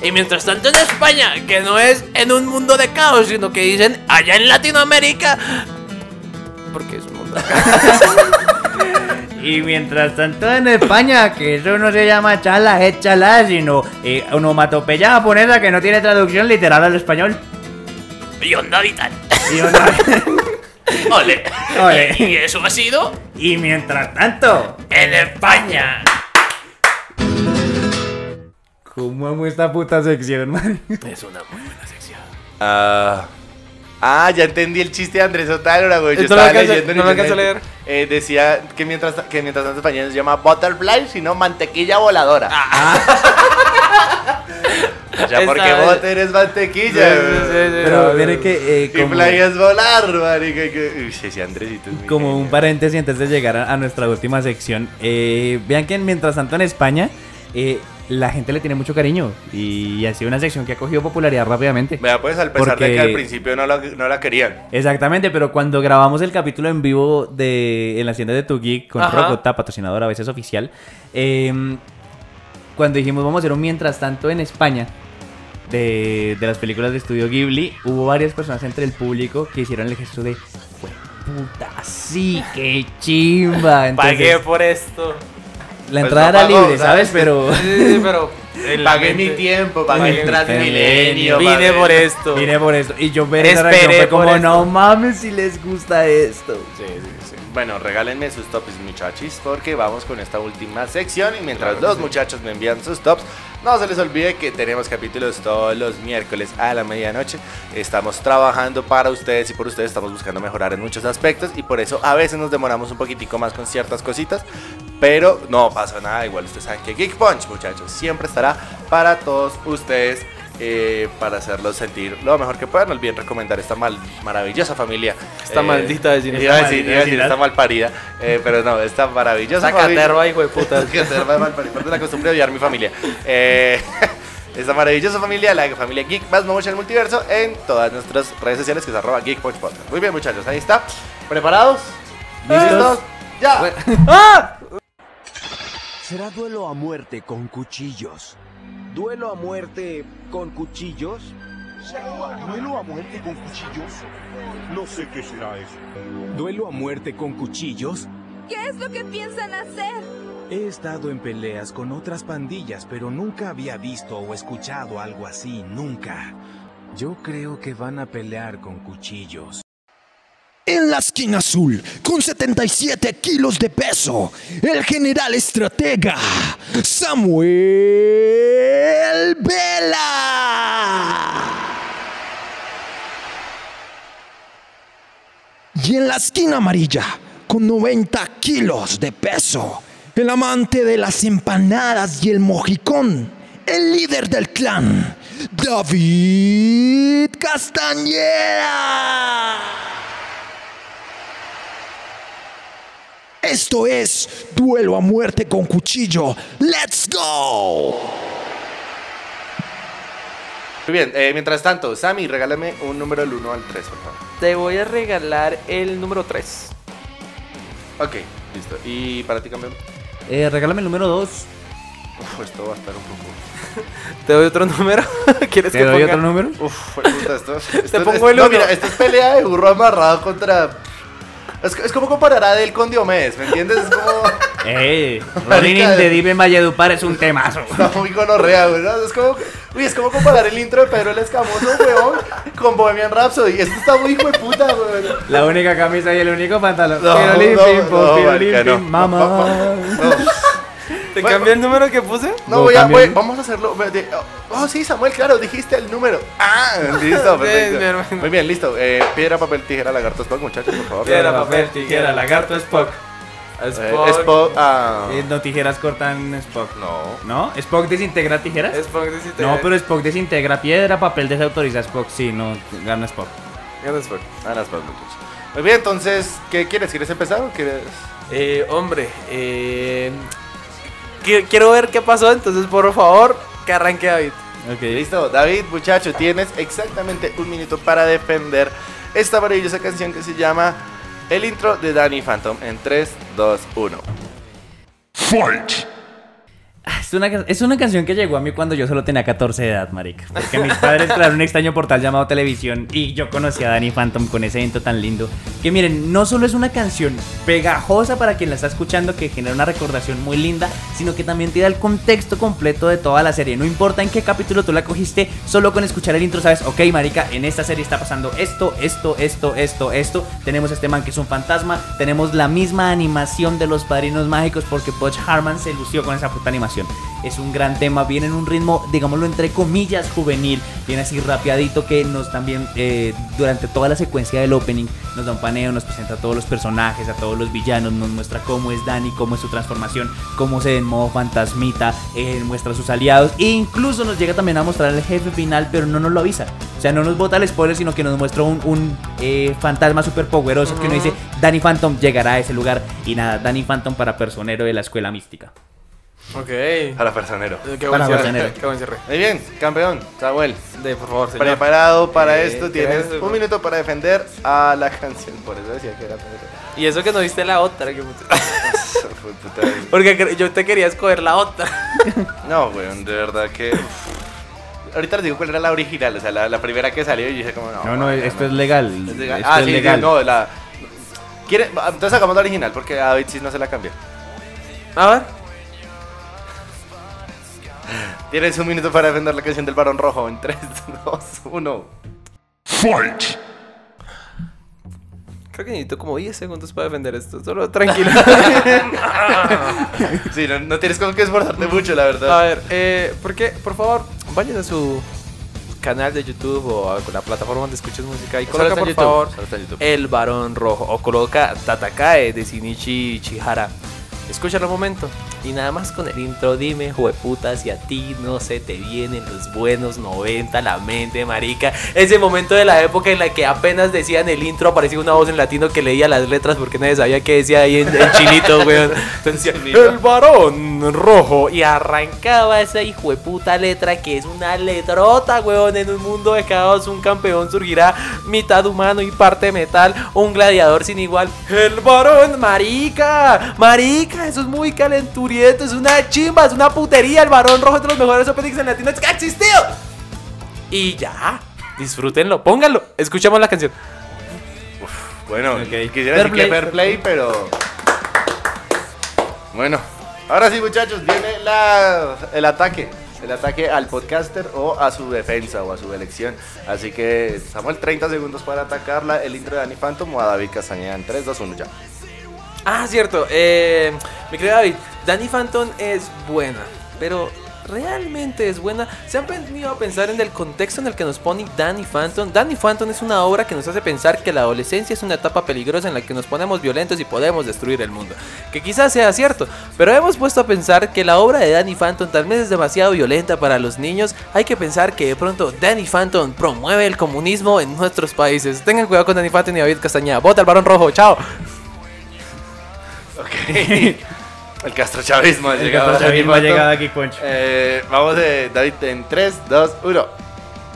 Y mientras tanto en España que no es en un mundo de caos, sino que dicen allá en Latinoamérica. Porque es mundo.
Y mientras tanto en España, que eso no se llama chala, es chala, sino eh, onomatopeya japonesa que no tiene traducción literal al español.
Y onda vital.
Y una-
Ole.
Ole.
Y eso ha sido
Y mientras tanto,
en España.
¿cómo amo esta puta sección, man?
Es una muy buena sección.
Ah, ah, ya entendí el chiste de Andrés Otálora, güey. Yo
No lo
estaba
alcancé-
leyendo en
no lo
internet.
alcancé a leer.
Eh, decía que mientras, que mientras tanto español se llama Butterfly, sino mantequilla voladora. ya
Ah.
Esta-
porque butter es mantequilla.
Sí, sí,
güey.
sí, sí,
Pero no, mire no. que, eh,
Y
como-
fly es volar, marica. que- Uy, ese Andresito es muy
Como un paréntesis antes de llegar a, a nuestra última sección, eh, vean que en- mientras tanto en España, eh, la gente le tiene mucho cariño y ha sido una sección que ha cogido popularidad rápidamente.
Vea, pues al pesar de
Porque-
que al principio no la, no la querían.
Exactamente, pero cuando grabamos el capítulo en vivo de en la hacienda de Tu Geek con
Ajá.
Rogota, patrocinadora a veces oficial, eh, cuando dijimos vamos a hacer un mientras tanto en España de, de las películas de estudio Ghibli, hubo varias personas entre el público que hicieron el gesto de puta, sí, qué chimba.
Pagué
Entonces,
por esto. Pues
la entrada era libre, ¿sabes? Pero.
Sí, sí, pero. en la
Pagué
mente-
mi tiempo, pagué el
Transmilenio,
Transmilenio.
Vine
pagué-
por esto.
Vine por esto. Y yo ver esa
Esperé
reacción fue
por
como,
esto.
no mames si les gusta esto.
Sí, sí, sí. Bueno, regálenme sus tops, muchachos, porque vamos con esta última sección. Y mientras los muchachos me envían sus tops, no se les olvide que tenemos capítulos todos los miércoles a la medianoche. Estamos trabajando para ustedes y por ustedes estamos buscando mejorar en muchos aspectos. Y por eso a veces nos demoramos un poquitico más con ciertas cositas. Pero no pasa nada, igual ustedes saben que Geek Punch, muchachos, siempre estará para todos ustedes. eh, para hacerlos sentir lo mejor que puedan. No olviden recomendar esta mal- maravillosa familia.
Esta maldita vecindad.
Eh, Iba a decir,
Maldita
iba a decir
vecindad.
esta mal parida, eh, pero no, esta maravillosa
Esta caterva, hijo de puta.
Esta caterva de malparida. Perdón la costumbre de odiar mi familia. Eh, esta maravillosa familia, la familia Geek más Momocha del Multiverso, en todas nuestras redes sociales que es arroba Geek Punch Podcast. Muy bien, muchachos, ahí está. ¿Preparados? ¿Listos? ¡Ya!
Será duelo a muerte con cuchillos. ¿Duelo a muerte con cuchillos?
¿Duelo a muerte con cuchillos? No sé qué será eso.
¿Duelo a muerte con cuchillos?
¿Qué es lo que piensan hacer?
He estado en peleas con otras pandillas, pero nunca había visto o escuchado algo así, nunca. Yo creo que van a pelear con cuchillos.
En la esquina azul, con 77 kilos de peso, el general estratega Samuel Vela. Y en la esquina amarilla, con 90 kilos de peso, el amante de las empanadas y el mojicón, el líder del clan, David Castañeda. Esto es Duelo a Muerte con Cuchillo. ¡Let's go!
Muy bien, eh, mientras tanto, Sammy, regálame un número del 1 al 3, por favor.
Te voy a regalar el número 3.
Ok, listo. ¿Y para ti, campeón?
Eh, regálame el número 2.
Uf, esto va a estar un poco.
¿Te doy otro número? ¿Quieres
¿Te
que
doy
ponga?
otro número?
Uf, fue puta, esto, esto-
pongo
esto-
el
no,
uno.
mira, esto es pelea de burro amarrado contra. Es, es como comparar a Adel con Diomedes, ¿me entiendes? Es como.
¡Ey! Ronin in the Deep Eh, en Valledupar es un temazo.
Está muy gonorrea, güey. ¿no? Es como. Uy, es como comparar el intro de Pedro el Escamoso, weón, con Bohemian Rhapsody. Esto está muy hijo de puta, weón.
La única camisa y el único pantalón.
No,
Pirolín,
no,
pim, pum,
no,
pirolín,
marica, no.
pim, mamá.
¿Te cambié el número que puse?
No, voy a, voy- vamos a hacerlo. ve- de- Oh, sí, Samuel, claro, dijiste el número. Ah, listo,
Sí, mi
perfecto.
hermano.
Muy bien, listo. Eh, piedra, papel, tijera, lagarto, Spock, muchachos, por favor.
Piedra, papel, tijera, lagarto, Spock. Eh,
Spock. Eh, Spock, ah.
Eh, no, tijeras cortan Spock.
No.
¿No? ¿Spock desintegra tijeras?
Spock desintegra.
No, pero Spock desintegra piedra, papel desautoriza Spock. Sí, no, gana Spock.
Gana Spock.
Gana Spock, muchachos. Muy bien, entonces, ¿qué quieres? ¿Quieres empezar o quieres.?
Eh, hombre, eh, qui- quiero ver qué pasó, entonces por favor, que arranque David.
Listo, David, muchacho, tienes exactamente un minuto para defender esta maravillosa canción que se llama El intro de Danny Phantom en 3, 2, 1.
Fight. Es una, ca- es una canción que llegó a mí cuando yo solo tenía 14 de edad, marica. Porque mis padres crearon un extraño portal llamado Televisión y yo conocí a Danny Phantom con ese evento tan lindo. Que miren, no solo es una canción pegajosa para quien la está escuchando que genera una recordación muy linda, sino que también te da el contexto completo de toda la serie. No importa en qué capítulo tú la cogiste, solo con escuchar el intro sabes, ok, marica, en esta serie está pasando esto, esto, esto, esto, esto. Tenemos a este man que es un fantasma, tenemos la misma animación de los padrinos mágicos porque Butch Harman se lució con esa puta animación. Es un gran tema, viene en un ritmo, digámoslo entre comillas, juvenil, viene así rapeadito que nos también, eh, durante toda la secuencia del opening, nos da un paneo, nos presenta a todos los personajes, a todos los villanos, nos muestra cómo es Danny, cómo es su transformación, cómo se ve en modo fantasmita, eh, muestra a sus aliados, e incluso nos llega también a mostrar el jefe final, pero no nos lo avisa. O sea, no nos bota el spoiler, sino que nos muestra un, un, eh, fantasma súper poderoso que nos dice, Danny Phantom llegará a ese lugar, y nada, Danny Phantom para personero de la escuela mística.
Ok.
Para personero.
Qué buen
Para
cierre,
personero.
qué buen cierre.
Muy bien, campeón, Samuel.
De, por favor, señor.
Preparado para
Eh,
esto,
¿qué
tienes
es?
un minuto para defender a la canción. Por eso decía que era.
Y eso que no viste la otra. que-
Puta,
Porque cre- yo te quería escoger la otra.
No, weón, de verdad que. uf. Ahorita les digo cuál era la original, o sea, la, la primera que salió y yo dije como no.
No, no, esto es legal.
es legal.
Esto
ah,
es
sí, sí,
legal.
no, la. ¿Quiere- Entonces sacamos la original porque a David sí no se la cambió.
A ver.
Tienes un minuto para defender la canción del varón rojo en 3, 2, 1. Fight.
Creo que necesito como 10 segundos para defender esto. Solo tranquilo.
sí, no, no tienes como que esforzarte mucho, la verdad.
A ver, eh, ¿por qué? Por favor, vayan a su canal de YouTube o a la plataforma donde escuches música y
Solo
coloca
está en
por
YouTube,
favor
solo está en YouTube.
El Varón Rojo o coloca Tatakae de Shinichi Chihara. Escúchalo un momento. Y nada más con el intro, dime, jueputa, si a ti no se te vienen los buenos 90, la mente, marica. Ese momento de la época en la que apenas decían el intro, aparecía una voz en latino que leía las letras porque nadie sabía qué decía ahí en, en chilito, weón. Entonces, el varón rojo. Y arrancaba esa hijueputa letra que es una letrota, weón. En un mundo de caos, un campeón surgirá mitad humano y parte metal. Un gladiador sin igual. El varón, marica, marica, eso es muy calenturiento. Es una chimba, es una putería. El varón rojo es de los mejores openings en latino que ha existido. Y ya, disfrútenlo, pónganlo. Escuchamos la canción.
Uf, bueno, okay. quisiera fair decir play, que fair play, play, pero. Bueno, ahora sí, muchachos, viene la, el ataque. El ataque al podcaster o a su defensa o a su elección. Así que, Samuel, 30 segundos para atacarla. El intro de Dani Phantom o a David Castañeda en 3, 2, 1, ya.
Ah, cierto. Eh, mi querido David, Danny Phantom es buena, pero realmente es buena. Se han venido a pensar en el contexto en el que nos pone Danny Phantom. Danny Phantom es una obra que nos hace pensar que la adolescencia es una etapa peligrosa en la que nos ponemos violentos y podemos destruir el mundo. Que quizás sea cierto, pero hemos puesto a pensar que la obra de Danny Phantom tal vez es demasiado violenta para los niños. Hay que pensar que de pronto Danny Phantom promueve el comunismo en nuestros países. Tengan cuidado con Danny Phantom y David Castañeda. Bota al varón rojo, chao.
Ok. El castrochavismo ha
El
llegado.
castrochavismo ha llegado aquí, Poncho.
Eh, vamos, eh, David, en 3, 2, 1.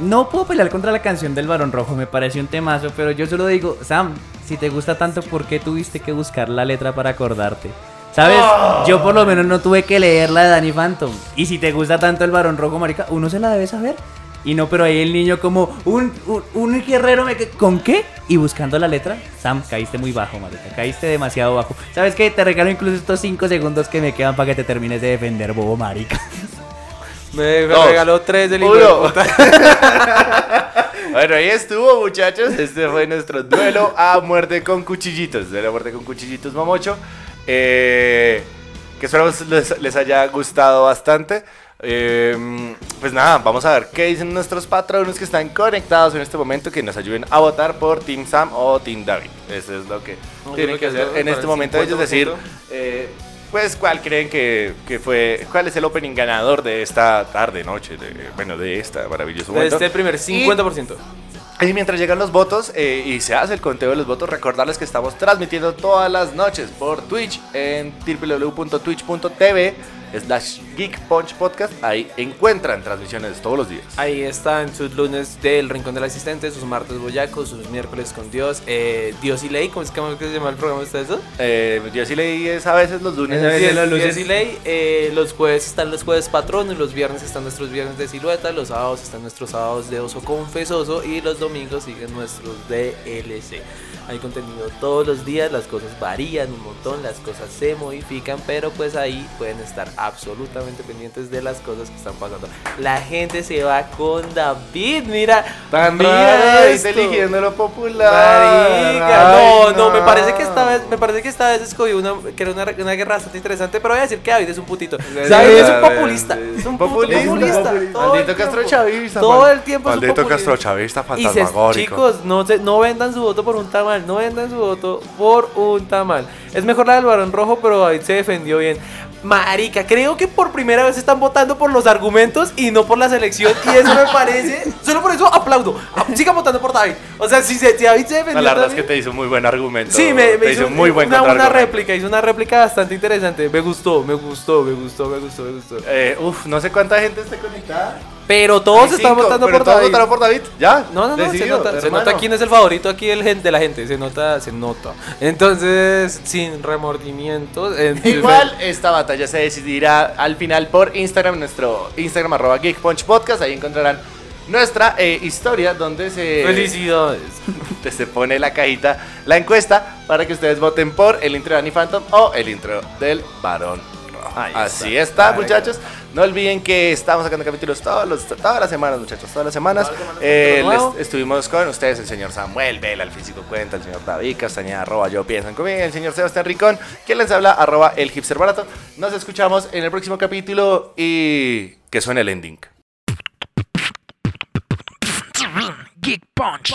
No puedo pelear contra la canción del Barón Rojo, me parece un temazo, pero yo solo digo, Sam, si te gusta tanto, ¿por qué tuviste que buscar la letra para acordarte? ¿Sabes?
Ah.
Oh.
Yo por lo menos no tuve que leer la de Danny Phantom. Y si te gusta tanto el Barón Rojo, marica, uno se la debe saber. Y no, pero ahí el niño como, un, un, un guerrero, me... que- ¿con qué? Y buscando la letra, Sam, caíste muy bajo, marica, caíste demasiado bajo. ¿Sabes qué? Te regalo incluso estos 5 segundos que me quedan para que te termines de defender, bobo, marica.
Me
Dos,
regaló 3 del hijo de
uno.
puta.
Bueno, ahí estuvo, muchachos. Este fue nuestro duelo a muerte con cuchillitos. De la muerte con cuchillitos, mamocho. Eh, que esperamos les, les haya gustado bastante. Eh, pues nada, vamos a ver qué dicen nuestros patronos que están conectados en este momento. Que nos ayuden a votar por Team Sam o Team David. Eso es lo que
No,
tienen
creo
que
que
hacer
todo
en
para
este
el
momento. Ellos decir,
50%.
eh, pues, cuál creen que, que fue, cuál es el opening ganador de esta tarde, noche, de- bueno, de esta maravillosa
De este primer 50%.
y mientras llegan los votos eh, y se hace el conteo de los votos, recordarles que estamos transmitiendo todas las noches por Twitch en www.twitch.tv slash geekpunchpodcast. Ahí encuentran transmisiones todos los días.
Ahí están sus lunes del Rincón del Asistente, sus martes boyacos, sus miércoles con Dios, eh, Dios y Ley, ¿cómo es que cómo es que se llama el programa? ¿Está eso?
Eh, yo sí leí es a veces los lunes.
Dios- Dios y Ley, eh, los jueves están los jueves patronos, los viernes están nuestros viernes de silueta, los sábados están nuestros sábados de oso confesoso y los domingos siguen nuestros DLC. Hay contenido todos los días, las cosas varían un montón, las cosas se modifican, pero pues ahí pueden estar absolutamente pendientes de las cosas que están pasando. La gente se va con David, mira,
Tan
mira
raro,
esto.
está eligiendo lo popular.
Marica,
Ay,
no, no, me parece que esta vez, me parece que esta vez escogí una que era una, una guerra bastante interesante, pero voy a decir que David es un putito. David es un populista, es un puto populista. todo el
Maldito
tiempo.
Castro Chavista.
Todo el tiempo es un
Maldito
populista.
Castro Chavista
Y se-
fantasmagórico.
chicos, no, se- no vendan su voto por un tamal, no vendan su voto por un tamal. Es mejor la del varón rojo, pero David se defendió bien. Marica, creo que por primera vez están votando por los argumentos y no por la selección. Y eso me parece. Solo por eso aplaudo. A- Sigan votando por David. O sea, si, se- si David se
No,
defendió.
la verdad
también-
es que te hizo muy buen argumento.
Sí, me, me
te
hizo
hizo muy buen
una, una
contraargumento.
réplica, hizo una réplica bastante interesante. Me gustó, me gustó, me gustó, me gustó, me gustó.
Eh, uf, no sé cuánta gente esté conectada.
Pero todos
Hay
están
cinco,
votando
pero
por
todos
David.
votaron por David, ya.
No, no, no, se
decidido,
nota, se
hermano.
nota quién es el favorito aquí del gen- de la gente, se nota, se nota. Entonces, sin remordimientos. en-
Igual esta batalla se decidirá al final por Instagram, nuestro Instagram arroba geekpunchpodcast. Ahí encontrarán nuestra eh, historia donde se...
Felicidades.
donde se pone la cajita, la encuesta para que ustedes voten por el intro de Danny Phantom o el intro del varón. Rojo. Así está,
Claro.
muchachos. No olviden que estamos sacando capítulos todos los- todas las semanas, muchachos, todas las semanas. Eh,
capítulo nuevo.
les- estuvimos con ustedes el señor Samuel Vela, el físico cuenta, el señor David Castañeda, arroba yo pienso en comida, el señor Sebastián Rincón, quien les habla, arroba el hipster barato. Nos escuchamos en el próximo capítulo y que suene el ending.
Geek Punch.